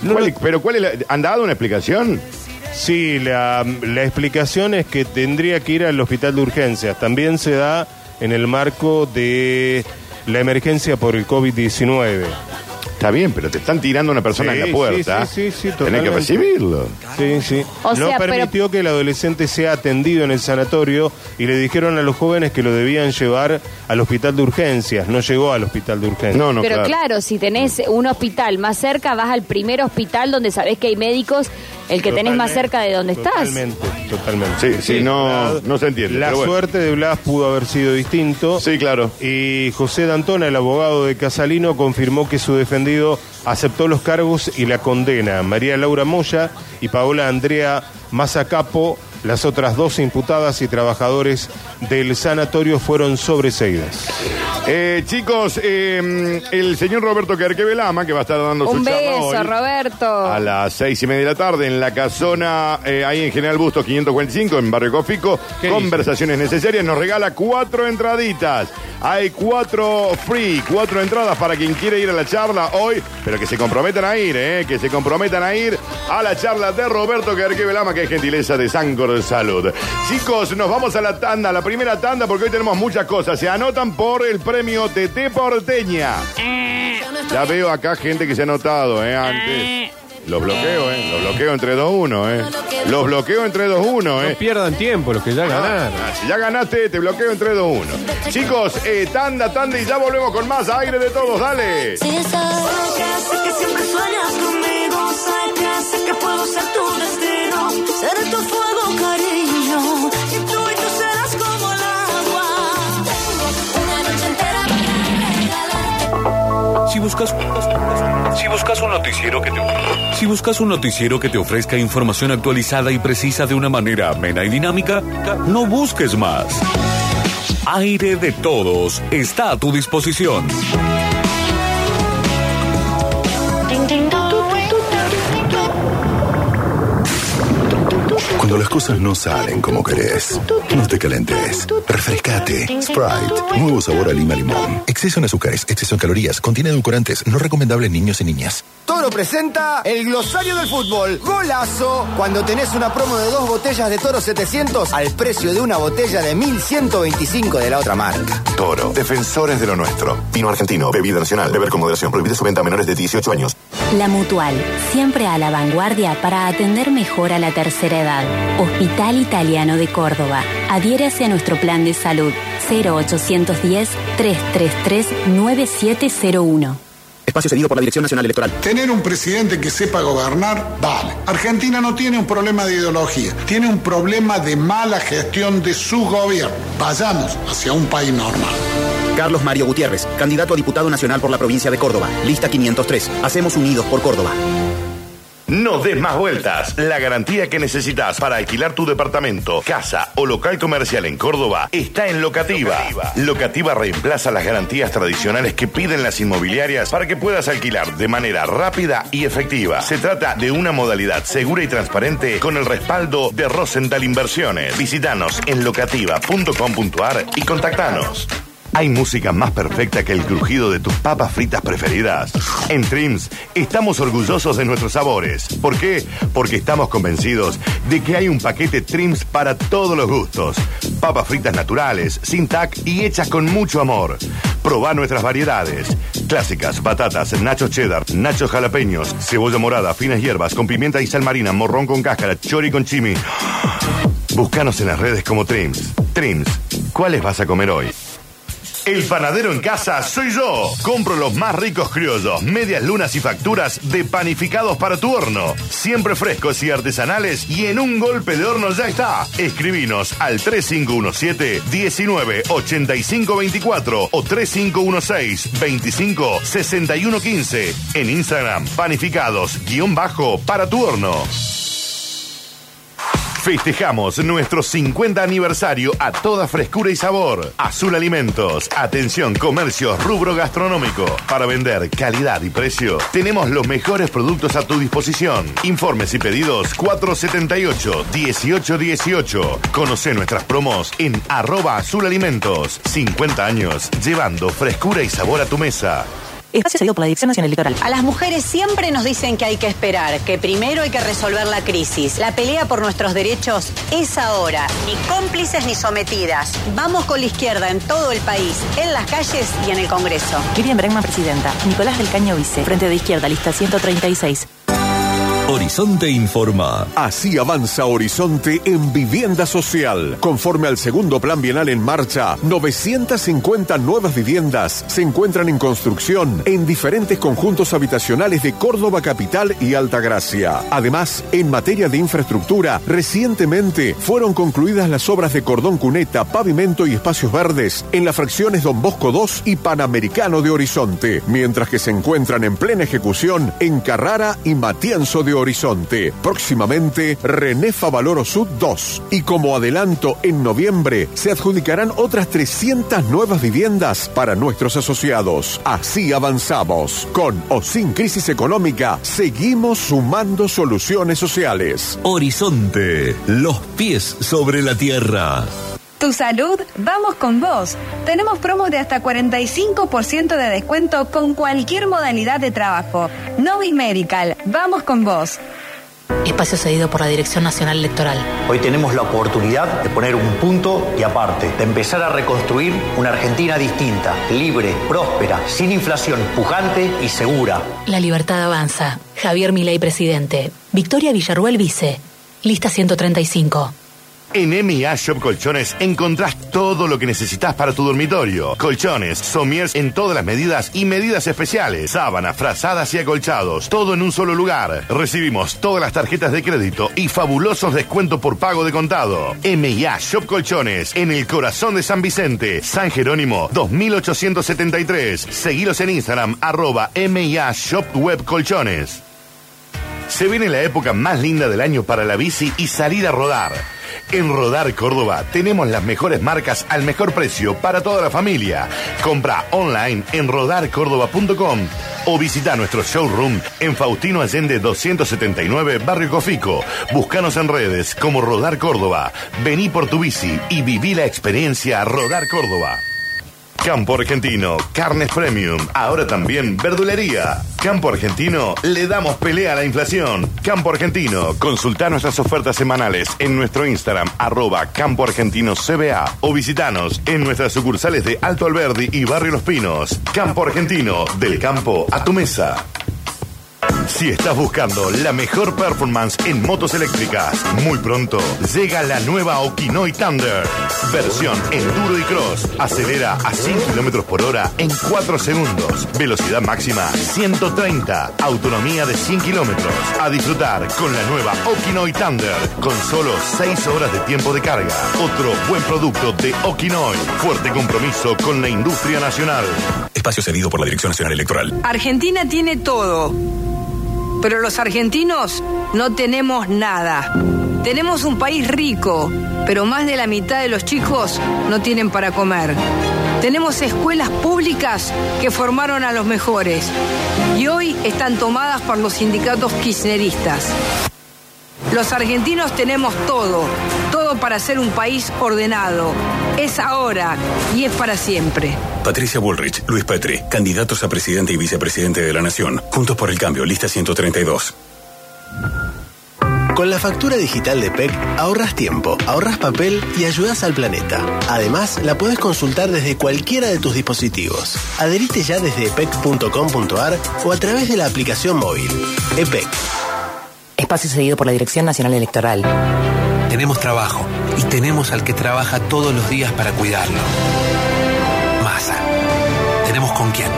No ¿Cuál- Pero ¿cuál es la... ¿Han dado una explicación?
Sí, la, la explicación es que tendría que ir al hospital de urgencias. También se da en el marco de la emergencia por el COVID-19.
Está bien, pero te están tirando una persona
Sí,
en la puerta.
sí, sí, sí, sí,
Tenés que
totalmente.
recibirlo.
Sí, sí.
O
no
sea, pero-
permitió que el adolescente sea atendido en el sanatorio y le dijeron a los jóvenes que lo debían llevar al hospital de urgencias. No llegó al hospital de urgencias.
No, no,
pero claro.
claro.
si tenés un hospital más cerca, vas al primer hospital donde sabés que hay médicos El que tenés más
Totalmente,
cerca de donde estás.
Totalmente, totalmente.
Sí, sí, no- no se entiende,
La
pero bueno.
suerte de Blas pudo haber sido distinto.
Sí, claro.
Y José D'Antona, el abogado de Casalino, confirmó que su defendido aceptó los cargos y la condena. María Laura Moya y Paola Andrea Mazacapo, las otras dos imputadas y trabajadores del sanatorio, fueron sobreseídas.
Eh, chicos, eh, el señor Roberto Querquevelama, que va a estar dando
Un
su charla
beso,
hoy,
Roberto.
A las seis y media de la tarde en la casona, eh, ahí en General Bustos 545, en Barrio Cofico.
¿Qué
Conversaciones necesarias. Nos regala cuatro entraditas. Hay cuatro free, cuatro entradas para quien quiere ir a la charla hoy, pero que se comprometan a ir, eh, que se comprometan a ir a la charla de Roberto Carquevelama, que es gentileza de Sancor Salud. Chicos, nos vamos a la tanda, a la primera tanda, porque hoy tenemos muchas cosas. Se anotan por el premio TT Porteña. Ya veo acá gente que se ha notado, ¿eh? Antes. Los bloqueo, ¿eh? Los bloqueo entre 2-1, ¿eh? Los bloqueo entre 2-1,
No
¿eh?
pierdan tiempo los que ya
Ah,
ganaron.
si ya ganaste, te bloqueo entre 2-1. Chicos, eh, tanda, tanda y ya volvemos con más aire de todos, dale.
Sé que siempre sueñas conmigo, sé que puedo ser tu destino, seré tu fuego, cariño, y tú y tú serás como el agua. Tengo una noche entera para regalarte.
Si buscas, si buscas un noticiero que te, si buscas un noticiero que te ofrezca información actualizada y precisa de una manera amena y dinámica, no busques más. Aire de todos está a tu disposición.
Cuando las cosas no salen como querés, no te calentes. Refrescate. Sprite. Nuevo sabor a lima limón. Exceso en azúcares, exceso en calorías. Contiene edulcorantes. No recomendable en niños y niñas.
Toro presenta el glosario del fútbol. Golazo. Cuando tenés una promo de dos botellas de Toro 700 al precio de una botella de 1125 de la otra marca.
Toro. Defensores de lo nuestro. Vino argentino. Bebida nacional. Beber con moderación. Prohibida su venta a menores de 18 años.
La Mutual, siempre a la vanguardia para atender mejor a la tercera edad. Hospital Italiano de Córdoba. Adhiérase a nuestro plan de salud 0810-333-9701.
Espacio cedido por la Dirección Nacional Electoral.
Tener un presidente que sepa gobernar, vale. Argentina no tiene un problema de ideología, tiene un problema de mala gestión de su gobierno. Vayamos hacia un país normal.
Carlos Mario Gutiérrez, candidato a diputado nacional por la provincia de Córdoba. Lista 503. Hacemos unidos por Córdoba.
No des más vueltas. La garantía que necesitas para alquilar tu departamento, casa o local comercial en Córdoba está en Locativa. Locativa reemplaza las garantías tradicionales que piden las inmobiliarias para que puedas alquilar de manera rápida y efectiva. Se trata de una modalidad segura y transparente con el respaldo de Rosenthal Inversiones. Visítanos en locativa.com.ar y contactanos. ¿Hay música más perfecta que el crujido de tus papas fritas preferidas? En Trims estamos orgullosos de nuestros sabores. ¿Por qué? Porque estamos convencidos de que hay un paquete Trims para todos los gustos. Papas fritas naturales, sin tac y hechas con mucho amor. Probá nuestras variedades. Clásicas, batatas, nacho cheddar, nachos jalapeños, cebolla morada, finas hierbas, con pimienta y sal marina, morrón con cáscara, chori con chimi. Búscanos en las redes como Trims. Trims, ¿cuáles vas a comer hoy? El panadero en casa soy yo. Compro los más ricos criollos, medias lunas y facturas de panificados para tu horno. Siempre frescos y artesanales y en un golpe de horno ya está. Escribinos al 3517-198524 o 3516-256115. En Instagram, panificados guión bajo para tu horno. Festejamos nuestro 50 aniversario a toda frescura y sabor. Azul Alimentos, atención comercio rubro gastronómico. Para vender calidad y precio, tenemos los mejores productos a tu disposición. Informes y pedidos 478-1818. Conoce nuestras promos en arroba Azul Alimentos. 50 años, llevando frescura y sabor a tu mesa.
Espacio cedido por la Dirección Nacional Electoral.
A las mujeres siempre nos dicen que hay que esperar, que primero hay que resolver la crisis. La pelea por nuestros derechos es ahora. Ni cómplices ni sometidas. Vamos con la izquierda en todo el país, en las calles y en el Congreso.
Miriam Bregman, presidenta. Nicolás del Caño, vice. Frente de Izquierda, lista 136.
Horizonte informa.
Así avanza Horizonte en vivienda social. Conforme al segundo plan bienal en marcha, 950 nuevas viviendas se encuentran en construcción en diferentes conjuntos habitacionales de Córdoba Capital y Altagracia. Además, en materia de infraestructura, recientemente fueron concluidas las obras de cordón cuneta, pavimento y espacios verdes en las fracciones Don Bosco II y Panamericano de Horizonte, mientras que se encuentran en plena ejecución en Carrara y Matienzo de Horizonte. Próximamente, René Favaloro Sud 2. Y como adelanto, en noviembre se adjudicarán otras 300 nuevas viviendas para nuestros asociados. Así avanzamos. Con o sin crisis económica, seguimos sumando soluciones sociales.
Horizonte. Los pies sobre la tierra.
Tu salud, vamos con vos. Tenemos promos de hasta 45% de descuento con cualquier modalidad de trabajo. Novis Medical, vamos con vos.
Espacio cedido por la Dirección Nacional Electoral.
Hoy tenemos la oportunidad de poner un punto y aparte, de empezar a reconstruir una Argentina distinta, libre, próspera, sin inflación, pujante y segura.
La libertad avanza. Javier Milei, presidente. Victoria Villarruel, vice. Lista 135.
En MIA Shop Colchones encontrás todo lo que necesitas para tu dormitorio. Colchones, somiers en todas las medidas y medidas especiales. Sábanas, frazadas y acolchados. Todo en un solo lugar. Recibimos todas las tarjetas de crédito y fabulosos descuentos por pago de contado. MIA Shop Colchones en el corazón de San Vicente, San Jerónimo, 2873. Seguilos en Instagram, arroba MIA Shop Web Colchones. Se viene la época más linda del año para la bici y salir a rodar. En Rodar Córdoba tenemos las mejores marcas al mejor precio para toda la familia. Compra online en rodarcórdoba.com o visita nuestro showroom en Faustino Allende 279 Barrio Cofico. Búscanos en redes como Rodar Córdoba. Vení por tu bici y viví la experiencia Rodar Córdoba. Campo Argentino, carnes premium, ahora también verdulería. Campo Argentino, le damos pelea a la inflación. Campo Argentino, consulta nuestras ofertas semanales en nuestro Instagram, arroba Campo Argentino CBA o visitanos en nuestras sucursales de Alto Alberdi y Barrio Los Pinos. Campo Argentino, del campo a tu mesa. Si estás buscando la mejor performance en motos eléctricas, muy pronto llega la nueva Okinoi Thunder. Versión enduro y cross. Acelera a 100 km por hora en 4 segundos. Velocidad máxima 130. Autonomía de 100 kilómetros. A disfrutar con la nueva Okinoi Thunder. Con solo 6 horas de tiempo de carga. Otro buen producto de Okinoi. Fuerte compromiso con la industria nacional.
Espacio cedido por la Dirección Nacional Electoral.
Argentina tiene todo, pero los argentinos no tenemos nada. Tenemos un país rico, pero más de la mitad de los chicos no tienen para comer. Tenemos escuelas públicas que formaron a los mejores y hoy están tomadas por los sindicatos kirchneristas. Los argentinos tenemos todo, todo para ser un país ordenado. Es ahora y es para siempre.
Patricia Bullrich, Luis Petri, candidatos a presidente y vicepresidente de la Nación. Juntos por el cambio, lista 132.
Con la factura digital de PEC ahorras tiempo, ahorras papel y ayudas al planeta. Además, la puedes consultar desde cualquiera de tus dispositivos. Adherite ya desde E epec.com.ar o a través de la aplicación móvil. E EPEC.
Espacio cedido por la Dirección Nacional Electoral.
Tenemos trabajo y tenemos al que trabaja todos los días para cuidarlo. Masa. ¿Tenemos con quién?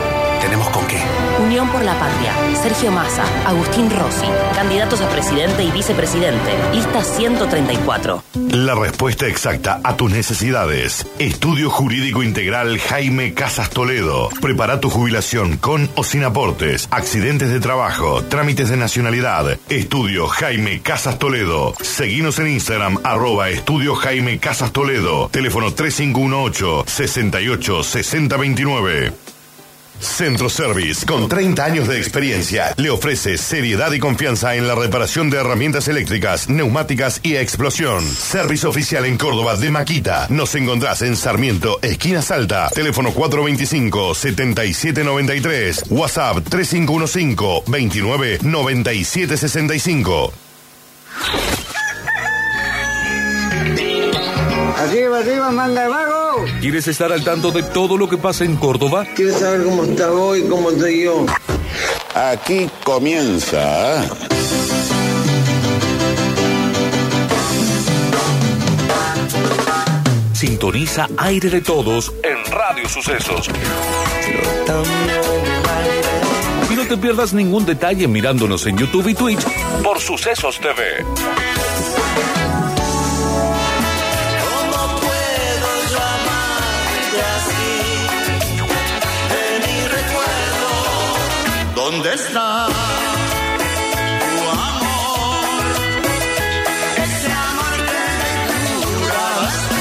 ¿Tenemos con qué?
Unión por la Patria. Sergio Massa. Agustín Rossi. Candidatos a presidente y vicepresidente. Lista 134.
La respuesta exacta a tus necesidades. Estudio Jurídico Integral Jaime Casas Toledo. Prepara tu jubilación con o sin aportes, accidentes de trabajo, trámites de nacionalidad. Estudio Jaime Casas Toledo. Seguinos en Instagram, arroba Estudio Jaime Casas Toledo. Teléfono 3518-686029. Centro Service, con 30 años de experiencia, le ofrece seriedad y confianza en la reparación de herramientas eléctricas, neumáticas y a explosión. Servicio oficial en Córdoba de Maquita. Nos encontrás en Sarmiento, esquina Salta. Teléfono 425-7793. WhatsApp 3515-299765.
Arriba, arriba, manda abajo.
¿Quieres estar al tanto de todo lo que pasa en Córdoba?
Quiero saber cómo está hoy, cómo estoy yo.
Aquí comienza.
Sintoniza aire de todos en Radio Sucesos. Y no te pierdas ningún detalle mirándonos en YouTube y Twitch por Sucesos TV.
¿Dónde está? tu amor? Ese amor que me curabas tú.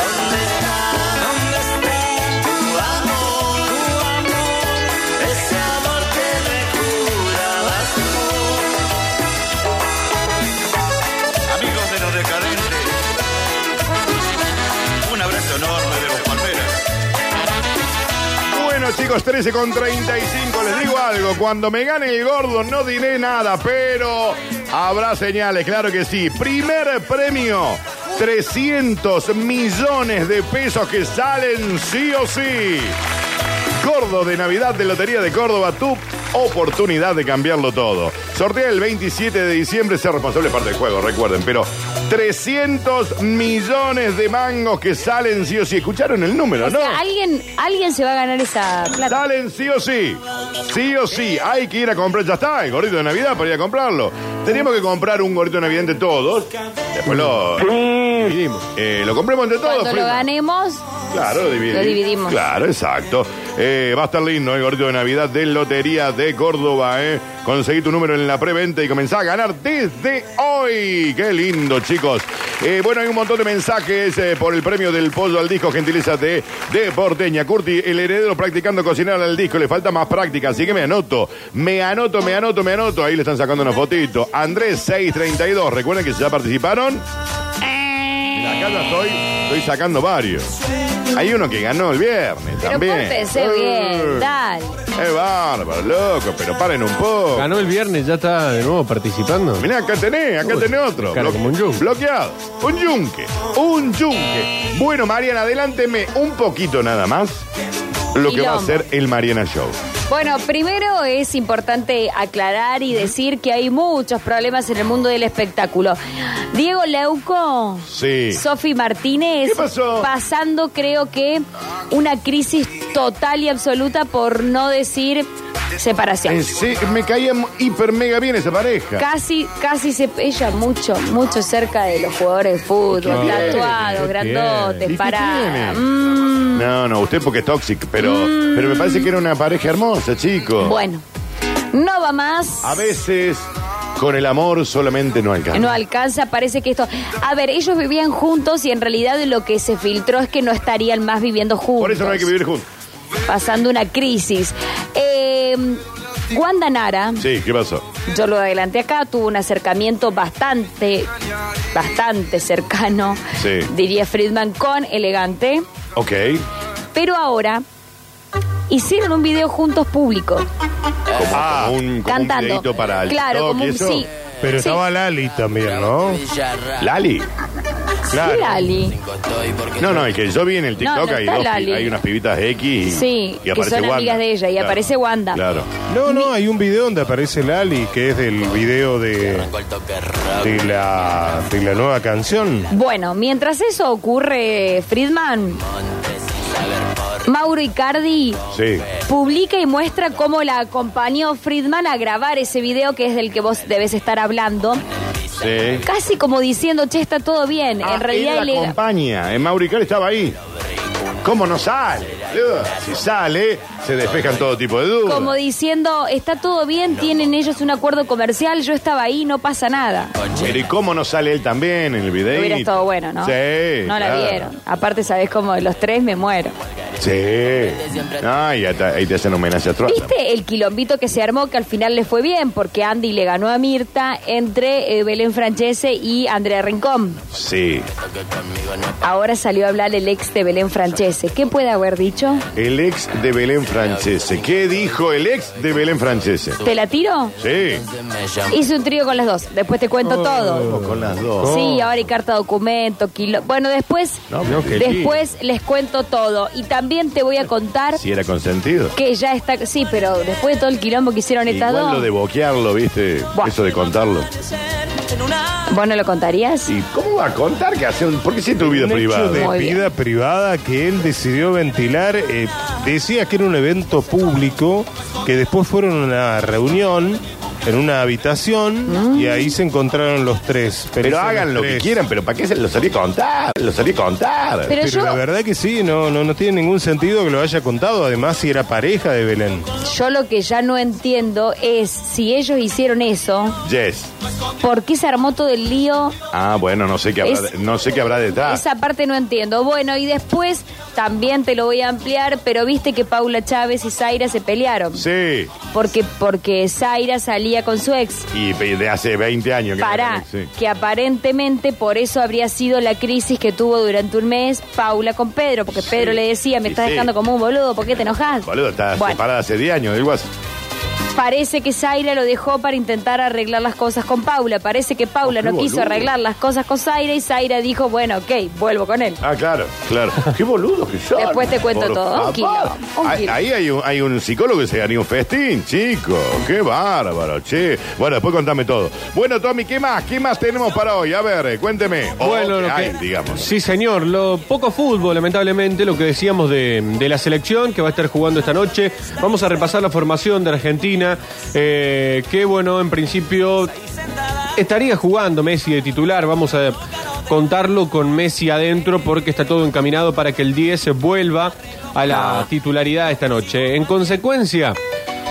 ¿Dónde está? ¿Dónde está tu amor? Tu amor. Ese amor que me curabas tú.
Amigos de los decadentes, un abrazo enorme de los palmeras.
Bueno, chicos, 13 con 35. Les digo algo. Cuando me gane el gordo, no diré nada, pero habrá señales, claro que sí. Primer premio: 300 millones de pesos que salen sí o sí. Gordo de Navidad de Lotería de Córdoba, tu oportunidad de cambiarlo todo. Sortea el 27 de diciembre, ser responsable parte del juego, recuerden, pero 300 millones de mangos que salen sí o sí. ¿Escucharon el número,
O
no?
sea, alguien, alguien se va a ganar esa plata.
Salen sí o sí. Sí o sí. Hay que ir a comprar. Ya está, el gorrito de Navidad para ir a comprarlo. Teníamos que comprar un gorrito de Navidad entre todos. Después lo. dividimos. Eh, lo compremos entre todos.
Cuando lo
primo.
ganemos,
Claro,
lo
dividimos.
dividimos.
Claro, exacto. Eh, va a estar lindo el gorrito de Navidad de Lotería de Córdoba. Eh. Conseguí tu número en la preventa y comenzá a ganar desde hoy. Qué lindo, chicos. Eh, bueno, hay un montón de mensajes eh, por el premio del pollo al disco, gentileza de, de Porteña. Curti, el heredero practicando cocinar al disco, le falta más práctica, así que me anoto. Me anoto, me anoto, me anoto. Ahí le están sacando una fotito. Andrés 632, recuerden que ya participaron. Mira, acá ya estoy, estoy sacando varios. Hay uno que ganó el viernes
Pero
también.
pórtense bien, dale.
Es bárbaro, loco, pero paren un poco.
Ganó el viernes, ya está de nuevo participando.
Mirá, acá tenés, acá
Uy,
tenés otro.
cara como un yunque.
Bloqueado. Un yunque. Un yunque. Bueno, Mariana, adelánteme un poquito nada más lo que va a
Quilombo.
ser el Mariana Show.
Bueno, primero es importante aclarar y decir que hay muchos problemas en el mundo del espectáculo. Diego Leuco,
Sí.
Sofi Martínez, pasando creo que una crisis total y absoluta por no decir separación.
Eh, sí, me caía mu- hiper mega bien esa pareja.
Casi, casi se ella mucho, mucho cerca de los jugadores de fútbol,
¿Qué tiene?
tatuados,
¿Qué tiene? ¿Y
grandotes,
qué
pará. Mm,
tiene? No, no, usted porque es tóxico, pero, pero me parece que era una pareja hermosa, chico.
Bueno, no va más.
A veces con el amor solamente no alcanza.
No alcanza, parece que esto. A ver, ellos vivían juntos y en realidad lo que se filtró es que no estarían más viviendo juntos.
Por eso no hay que vivir juntos.
Pasando una crisis. Eh, Wanda Nara,
Sí, ¿qué pasó?
yo lo adelanté acá, tuvo un acercamiento bastante, bastante cercano,
Sí.
diría Friedman, con Elegante.
Ok.
Pero ahora hicieron un video juntos público.
Como, como un, como un
Ah, Cantando.
videito para el
Claro,
TikTok
como
y
un-
eso.
sí.
Pero
Sí.
estaba Lali también, ¿no?
¿Lali?
Sí, Lali.
No, no, es que yo vi en el
No,
TikTok
no
hay,
está
dos,
Lali.
hay unas pibitas X y,
Sí,
y
que
aparece
son
Wanda.
amigas de ella y
Claro,
aparece Wanda.
Claro.
No, no, hay un video donde aparece Lali, que es del video de, de, la, de la nueva canción.
Bueno, mientras eso ocurre, Friedman, Mauro Icardi
Sí.
publica y muestra cómo la acompañó Friedman a grabar ese video que es del que vos debes estar hablando.
Sí.
Casi como diciendo, che, está todo bien. en realidad
Ah, Él
él
la
era...
acompaña. En Mauricar estaba ahí. ¿Cómo no sale? boludo? Si sale, se despejan todo tipo de dudas.
Como diciendo, está todo bien, tienen ellos un acuerdo comercial, yo estaba ahí, no pasa nada.
Pero ¿y cómo no sale él también en el video?
Hubiera estado bueno, ¿no?
Sí.
No la
claro.
vieron. Aparte, sabés cómo de los tres me muero.
Sí. Ay, ahí te- ahí te hacen homenaje a Trump.
¿Viste el quilombito que se armó que al final le fue bien? Porque Andy le ganó a Mirta entre eh, Belén Francese y Andrea Rincón.
Sí.
Ahora salió a hablar el ex de Belén Francese. ¿Qué puede haber dicho?
El ex de Belén Francese. ¿Qué dijo el ex de Belén Francese?
¿Te la tiro?
Sí.
Hice un trío con las dos. Después te cuento todo.
Con las dos.
Sí, ahora hay carta documento, kilo. Bueno, después,
Oh. No, pero qué
después les cuento todo. Y también te voy a contar
Si era consentido.
que ya está. Sí, pero después de todo el quilombo que hicieron estas
Igual lo
dos.
de boquearlo, ¿viste? Eso de contarlo.
¿Vos no lo contarías?
¿Y cómo va a contar que hace un... ¿Por qué si tu vida
un
privada?
hecho de
Muy bien.
vida privada que él decidió ventilar. eh, decía que era un evento público, que después fueron a una reunión en una habitación y ahí se encontraron los tres.
Pero hagan lo que quieran, pero ¿para qué se lo salí a contar? Lo salí a contar.
Pero, la verdad que sí, no, no, no tiene ningún sentido que lo haya contado, además si era pareja de Belén.
Yo lo que ya no entiendo es si ellos hicieron eso,
Yes.
¿por qué se armó todo el lío?
Ah, bueno, no sé qué habrá,
Es-
de- no sé qué habrá detrás.
Esa parte no entiendo. Bueno, y después también te lo voy a ampliar, pero viste que Paula Chávez y Zaira se pelearon.
Sí.
Porque, porque Zaira salía con su ex.
Y pe- de hace 20 años que no
Pará,
sí.
que aparentemente por eso habría sido la crisis que tuvo durante un mes Paula con Pedro, porque Pedro le decía, me estás
sí.
dejando como un boludo, ¿por qué te enojas?
Boludo, está
Bueno.
separada hace 10 años, igual.
Parece que Zaira lo dejó para intentar arreglar las cosas con Paula. Parece que Paula
Oh, qué
no quiso
boludo.
arreglar las cosas con Zaira y Zaira dijo, bueno, ok, vuelvo con él.
Ah, claro, claro. Qué boludo que son.
Después te cuento
Por
todo. Un
favor.
quilombo, un
Ahí,
quilombo.
ahí hay, un, hay un psicólogo que se ganó un festín, chico. Qué bárbaro, che. Bueno, después contame todo. Bueno, Tommy, ¿qué más? ¿Qué más tenemos para hoy? A ver, eh, cuénteme. O
Bueno, lo que-
hay, digamos.
Sí, señor. Lo poco fútbol, lamentablemente, lo que decíamos de, de la selección que va a estar jugando esta noche. Vamos a repasar la formación de Argentina. eh, que bueno, en principio estaría jugando Messi de titular. Vamos a contarlo con Messi adentro porque está todo encaminado para que el 10 se vuelva a la titularidad esta noche. En consecuencia.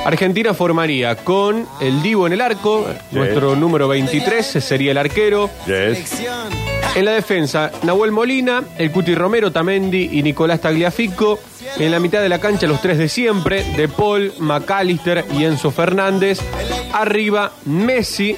Argentina formaría con el Divo en el arco, nuestro número 23 sería el arquero. En la defensa, Nahuel Molina, el Cuti Romero, Tamendi y Nicolás Tagliafico. En la mitad de la cancha, los tres de siempre, De Paul, McAllister y Enzo Fernández. Arriba, Messi.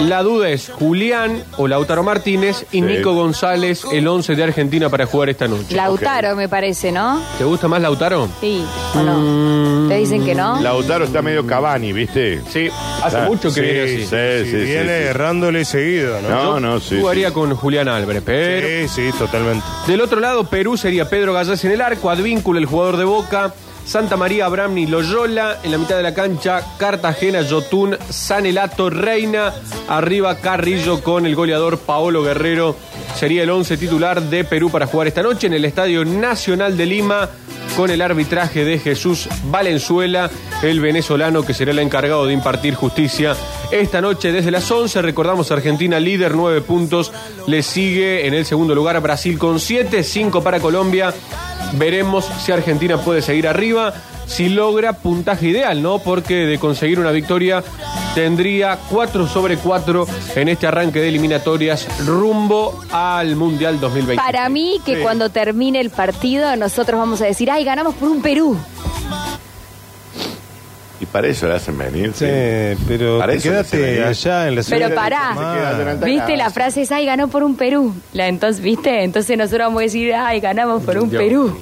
La duda es Julián o Lautaro Martínez y
Sí.
Nico González, el 11 de Argentina para jugar esta noche.
Lautaro, me parece, ¿no?
¿Te gusta más Lautaro?
Sí, ¿o no? ¿Te dicen que no?
Lautaro está medio Cavani, ¿viste?
Sí, hace mucho que viene así.
Ah, Sí, sí,
Sí,
sí.
viene
sí.
errándole seguido,
¿no? No, no, sí.
Jugaría con Julián Álvarez, pero...
Sí, sí, totalmente.
Del otro lado, Perú sería Pedro Gallás en el arco, Advíncula, el jugador de Boca, Santa María, Abramni, Loyola, en la mitad de la cancha, Cartagena, Yotun, Sanelato, Reina, arriba Carrillo con el goleador Paolo Guerrero, sería el 11 titular de Perú para jugar esta noche en el Estadio Nacional de Lima, con el arbitraje de Jesús Valenzuela, el venezolano que será el encargado de impartir justicia esta noche desde las 11. Recordamos Argentina líder, 9 puntos. Le sigue en el segundo lugar Brasil con 7, 5 para Colombia. Veremos si Argentina puede seguir arriba, si logra puntaje ideal, ¿no? Porque de conseguir una victoria tendría 4 sobre 4 en este arranque de eliminatorias rumbo al Mundial 2020.
Para mí, que
Sí.
cuando termine el partido, nosotros vamos a decir, ay, ganamos por un Perú.
Y para eso le hacen venir. Sí,
pero quédate allá en la
Pero pará, viste la frase es, ay, ganó por un Perú. La entonces, ¿viste? Entonces nosotros vamos a decir, ay, ganamos por un
Dios.
Perú.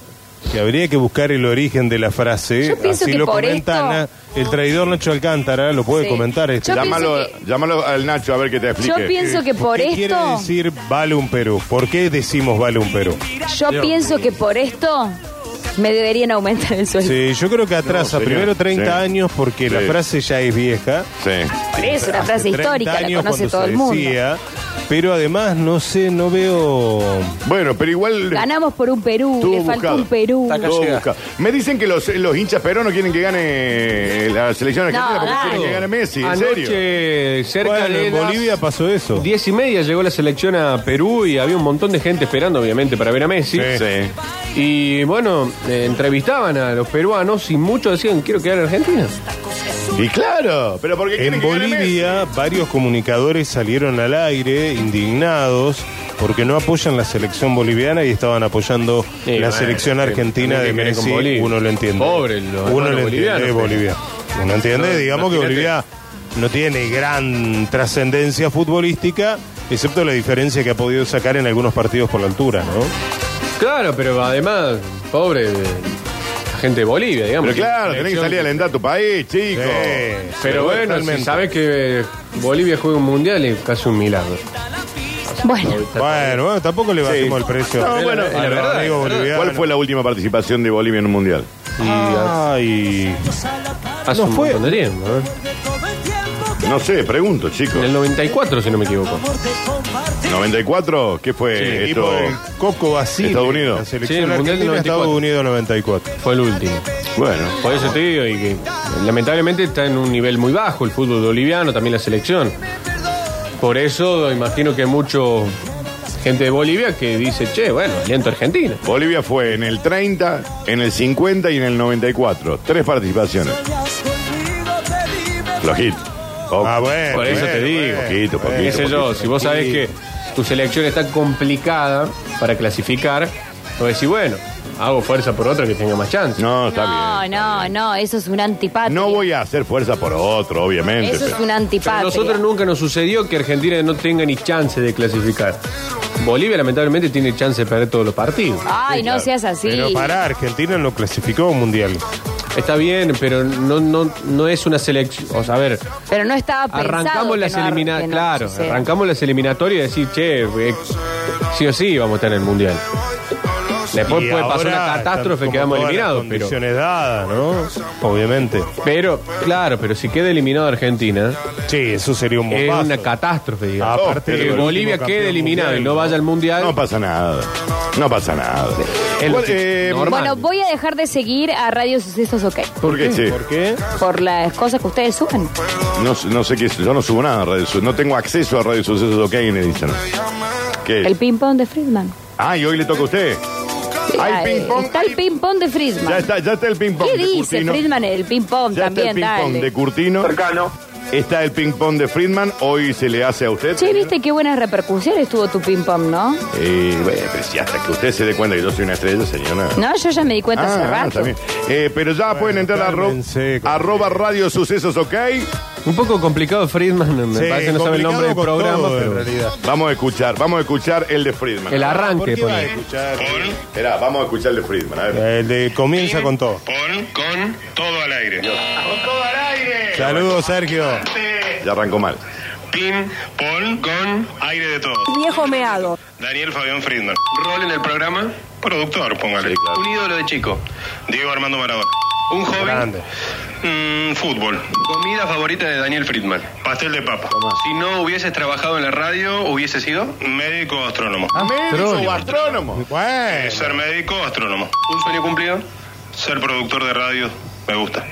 Que habría que buscar el origen de la frase.
Yo pienso
Así
que
lo
por
comenta
esto-
Ana- el traidor Nacho Alcántara, lo puede
Sí.
comentar. este esto.
Yo
Llámalo, llámalo al Nacho a ver que te explique.
Yo pienso que por
¿Qué quiere
esto-
decir vale un Perú? ¿Por qué decimos vale un Perú?
Yo pienso que por esto me deberían aumentar el sueldo.
Sí, yo creo que atrasa
señor.
primero 30
Sí.
años porque la
Sí.
frase ya es vieja.
Sí.
Por eso, una frase
30
histórica, la
años
conoce
cuando
todo
se
el mundo.
decía, pero además no sé, no veo.
Bueno, pero igual.
Ganamos por un Perú,
Estuvo
le faltó
buscado.
un Perú.
Todo busca- Me dicen que los, los hinchas peruanos quieren que gane eh, la selección argentina
No,
porque
dale.
quieren que gane Messi, en
Ah, Anoche,
serio.
cerca
Bueno,
de
en
las
Bolivia pasó eso.
10 y media llegó la selección a Perú y había un montón de gente esperando, obviamente, para ver a Messi. Y bueno, eh, entrevistaban a los peruanos y muchos decían, quiero quedar en Argentina.
Y claro, pero porque
En Bolivia varios comunicadores salieron al aire indignados porque no apoyan la selección boliviana y estaban apoyando
Sí,
la
bueno,
selección
que-
argentina de
también que
Messi.
con Bolivia.
Uno lo entiende.
Pobre los
Uno lo
hermanos
entiende de
bolivianos,
Bolivia. Uno entiende,
No,
digamos que
imagínate.
Bolivia no tiene gran trascendencia futbolística, excepto la diferencia que ha podido sacar en algunos partidos por la altura, ¿no?
Claro, pero además, pobre de- la gente de Bolivia, digamos.
Pero claro, tenés que salir a alentar a tu país, chico.
Pero bueno, si
totalmente.
sabes que Bolivia juega un mundial es casi un milagro.
Bueno.
Bueno, bueno, tampoco le bajemos el precio.
No, bueno,
A los amigos bolivianos.
¿Cuál fue la última participación de Bolivia en un mundial?
Ah, Ay.
Hace un montón de tiempo,
¿eh?
No sé, pregunto, chicos. En el
94, si no me equivoco.
¿94? ¿Qué fue
Sí,
esto?
equipo
pues,
del Coco Basile.
Estados Unidos.
La selección argentina de Estados Unidos 94.
Fue el último.
Bueno.
Por eso te digo, y que lamentablemente está en un nivel muy bajo el fútbol boliviano, también la selección. Por eso imagino que mucho gente de Bolivia que dice, che, bueno, aliento a Argentina.
Bolivia fue en el 30, en el 50 y en el 94. Tres participaciones. Flojito.
Ah, bueno,
Por eso
bueno,
te digo.
bueno,
Poquito, poquito,
Qué sé yo,
poquito.
si vos sabés que tu selección está complicada para clasificar, vos decís, bueno, hago fuerza por otra que tenga más chance.
No,
No, no, no, eso es un antipatria.
No voy a hacer fuerza por otro, obviamente.
Eso es un
A
antipatria.
nosotros nunca nos sucedió que Argentina no tenga ni chance de clasificar. Bolivia lamentablemente tiene chance de perder todos los partidos.
Ay, no seas así.
Pero pará, Argentina no clasificó a un mundial.
Está bien, pero no, no, no es una selección. O sea, a ver,
Pero no estaba pensado.
arrancamos
que
las
no ar-
elimina-
que no
claro,
suceda.
arrancamos las eliminatorias y decir, che, eh, sí o sí vamos a estar en el mundial. Después
Y
puede pasar
ahora
una catástrofe,
están como
quedamos
todas las
eliminados.
condiciones dadas, ¿no? Obviamente.
Pero, claro, pero si queda eliminado Argentina.
Sí, eso sería un
Es
bombazo.
una catástrofe, digamos.
Aparte
que
del
Bolivia
Ah, último
quede
campeón
eliminado
mundial.
y no vaya al mundial.
No pasa nada. No pasa nada.
Es lo
Bueno,
que-
eh,
normal.
Bueno, voy a dejar de seguir a Radio Sucesos OK.
¿Por qué, che?
qué?
Por las cosas que ustedes suben.
No, no sé qué es. Yo no subo nada a Radio Sucesos. No tengo acceso a Radio Sucesos OK en el Instagram. ¿Qué?
El ping-pong de Friedman.
Ah, y hoy le toca a usted.
Ah, eh, Está el ping-pong de Friedman.
Ya está, ya está el ping-pong.
¿Qué
de
dice
Curtino.
Friedman? El ping-pong
Ya está el
también,
ping-pong
dale.
de Curtino. Está el ping-pong de Friedman. Hoy se le hace a usted.
Che, viste qué buenas repercusiones tuvo tu ping-pong, ¿no?
Eh, bueno, pero si hasta que usted se dé cuenta que yo soy una estrella, señora.
No, yo ya me di cuenta hace
Ah,
rato.
está bien. Eh, pero ya pueden entrar a arro- arroba radio sucesos, ¿ok?
Un poco complicado Friedman, me parece que no sabe el nombre del programa, pero.
Vamos a escuchar, vamos a escuchar el de Friedman.
El arranque, ¿Por qué va a ponele.
escuchar? Esperá, vamos a escuchar el de Friedman, a ver.
El de comienza con todo.
Con todo al aire. Con todo al aire.
Saludos, Sergio.
Ya arrancó mal.
Pin, pon, con aire de todo.
Viejo meado.
Daniel Fabián Friedman. Rol en el programa. Productor, póngale. Un ídolo de chico. Diego Armando Maradona. Un joven. Mm, fútbol. Comida favorita de Daniel Friedman. Pastel de papa. Si no hubieses trabajado en la radio, hubiese sido médico astrónomo.
Médico o astrónomo.
Eh, Ser médico astrónomo. Un sueño cumplido. Ser productor de radio. Me gusta.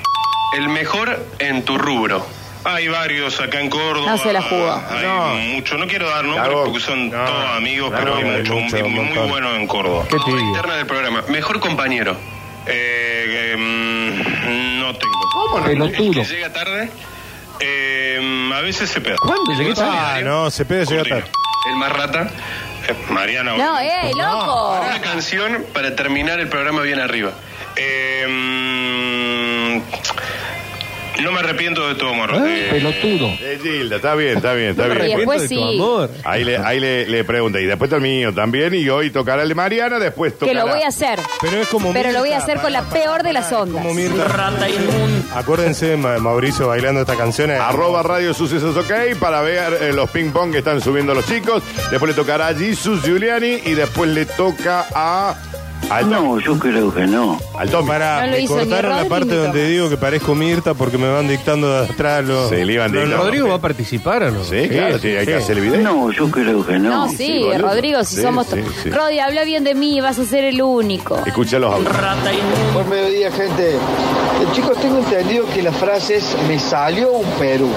El mejor en tu rubro. Hay varios acá en Córdoba.
No se la jugó.
Hay mucho. No quiero dar nombres porque son todos amigos, pero hay mucho.
mucho,
y
un
muy
montón.
bueno en Córdoba.
Qué tibio.
Interna del programa. Mejor compañero. Eh, eh, mm, no tengo.
¿Cómo no? Pelotudo.
El que llega tarde. eh, a veces se pega.
¿Cuándo llegué tarde? Ah, no, se pega llegar tarde.
El más rata. eh, Mariana.
No, eh, loco.
Una canción para terminar el programa bien arriba. Eh, mm, no me arrepiento de tu amor. Eh,
Pelotudo. Gilda, está bien, está bien, está
No me
bien.
arrepiento Después de tu sí. amor.
Ahí, le, ahí le, le pregunta. Y después está el mío también. Y hoy tocará el de Mariana, después
Que
tocará.
lo voy a hacer.
Pero es como
Pero lo
Mirta,
voy a hacer con la peor de las ondas.
Acuérdense de Ma- Mauricio bailando esta canción. eh.
Arroba Radio Sucesos OK para ver eh, los ping pong que están subiendo los chicos. Después le tocará a Jesus Giuliani y después le toca a.
No, yo creo que no.
Al Tommy.
Para,
No lo
me
hizo ni
cortaron la
Rodri
parte
ni Tommy.
donde digo que parezco Mirta porque me van dictando de atrás los.
Sí, le iban
los-
dictando.
¿Rodrigo va a participar o no?
Sí, claro, sí, hay que hacer el video.
No, yo creo que
No, sí,
boludo.
Rodrigo, si
Sí,
somos...
sí, sí.
Rodi, habla bien de mí, vas a ser el único.
Escucha los audios.
Buen mediodía, gente. Eh, chicos, tengo entendido que la frase es me salió un Perú.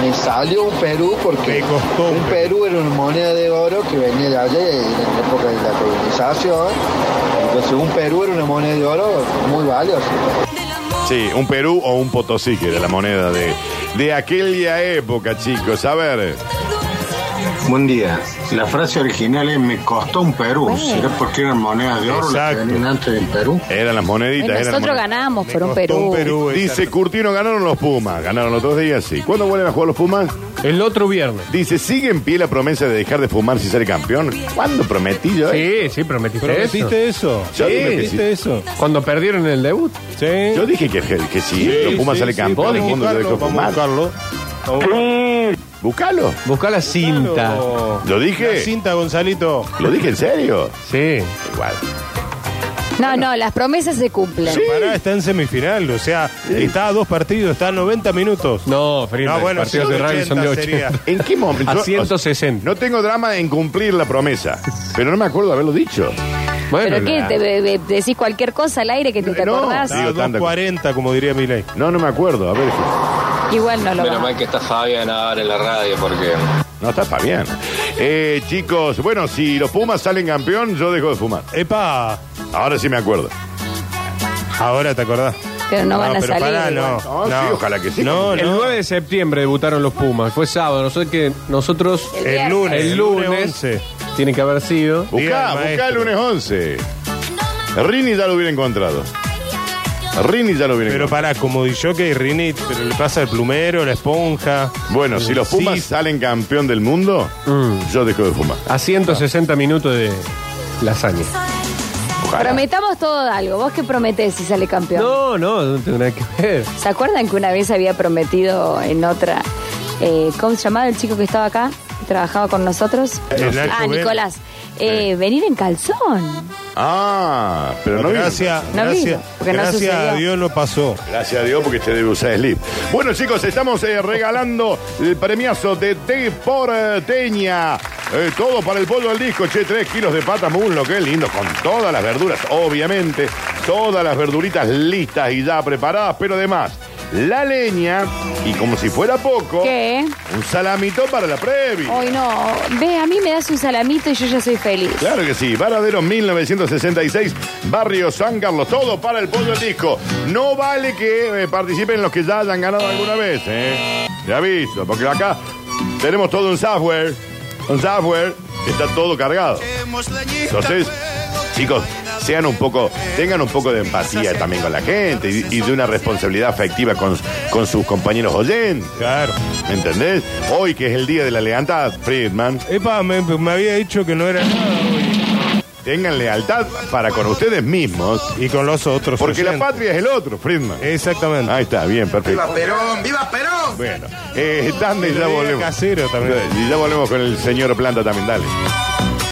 Me salió un Perú porque un Perú era una moneda de oro que venía de allá en la época de la colonización. Entonces un Perú era una moneda de oro muy valiosa.
Sí, un Perú o un Potosí, que era la moneda de, de aquella época, chicos. A ver.
Buen día. La frase original es me costó un Perú. ¿Será
eh,
porque eran monedas de oro las que
Exacto.
venían antes del Perú?
Eran las moneditas.
Bueno,
eran las
nosotros ganamos por un Perú.
Dice Curtino, ganaron los Pumas. Ganaron los dos días, sí. ¿Cuándo vuelven a jugar los Pumas?
El otro viernes.
Dice, ¿sigue en pie la promesa de dejar de fumar si ser campeón? ¿Cuándo prometí yo?
Sí, sí, prometiste,
¿Prometiste
eso.
Yo dije que sí.
eso.
Cuando perdieron el debut.
Sí.
Yo dije que, que si
Sí,
los Pumas
sí,
salen
sí,
campeón,
vamos a
¿cuándo yo dejo de
buscarlo,
fumar?
vamos a
buscarlo.
Búscalo.
Busca la cinta.
¿Lo dije?
La cinta, Gonzalito.
¿Lo dije en serio?
Sí.
Igual.
No, no, las promesas se cumplen.
Pero pará, está en semifinal, o sea, está a dos partidos, está a 90 minutos.
No, Felipe,
No,
Ah,
bueno,
partidos de rugby son de
180
80.
sería.
¿En qué momento?
A
Yo, o sea,
160.
No tengo drama en cumplir la promesa, pero no me acuerdo de haberlo dicho.
¿Pero qué? Te, be- be- decís cualquier cosa al aire que te, te acordás.
Está a 240, como diría Milei.
No, no me acuerdo, a ver.
Igual no lo
Menos
va.
mal que está Fabián ahora en la radio porque
No, está Fabián. Eh, chicos, bueno, si los Pumas salen campeón, yo dejo de fumar.
¡Epa!
Ahora sí me acuerdo.
Ahora te acordás.
Pero no
No,
van a
pero
salir.
pará,
igual.
no, No, Ah, sí, no. ojalá que sí. No,
el
no.
9 de septiembre debutaron los Pumas. Fue sábado. Nosotros, que nosotros
El viernes. lunes,
el
el lunes
lunes, tiene que haber sido.
Buscá, buscá el lunes 11. Rini ya lo hubiera encontrado. Rini ya lo hubiera
Pero pará, como yo que Rini, pero le pasa el plumero, la esponja.
Bueno, si los Pumas salen campeón del mundo, yo dejo de fumar.
A 160 minutos de lasaña.
Prometamos todo algo. ¿Vos qué prometés si sale campeón?
No, no, no tendrá que ver.
¿Se acuerdan que una vez había prometido en otra. eh, ¿Cómo se llamaba el chico que estaba acá? Que trabajaba con nosotros.
El Nacho
ah,
Vera.
Nicolás. Eh, Venir en calzón.
Ah, pero no vino.
gracias,
No
gracias,
vino, porque no
gracias a
sucedió.
Dios no pasó.
Gracias a Dios porque te debe usar slip. Bueno, chicos, estamos eh, regalando el premiazo de T por eh, Teña. Eh, todo para el pollo al disco, che, 3 kilos de pata muslo, qué lindo, con todas las verduras, obviamente, todas las verduritas listas y ya preparadas, pero además, la leña, y como si fuera
Oh.
poco,
¿Qué?
un salamito para la previa.
Hoy no. Ve, a mí me das un salamito y yo ya soy feliz.
Claro que sí, Varadero 1966, Barrio San Carlos, todo para el pollo al disco. No vale que eh, participen los que ya hayan ganado alguna vez, ¿eh? Te aviso, porque acá tenemos todo un software, un software que está todo cargado. Entonces, chicos, sean un poco, tengan un poco de empatía también con la gente y, y de una responsabilidad afectiva con, con sus compañeros oyentes.
Claro.
¿Me entendés? Hoy que es el día de la lealtad, Friedman,
Epa, me, me había dicho que no era nada.
tengan lealtad para con ustedes mismos.
Y con los otros.
Porque la
oyentes.
patria es el otro, Friedman.
Exactamente.
Ahí está, bien, perfecto.
Perón! ¡Viva Perón!
Bueno, eh, Dande, ya
Pero era
volvemos.
casero también.
Y ya volvemos con el señor Planta también, dale.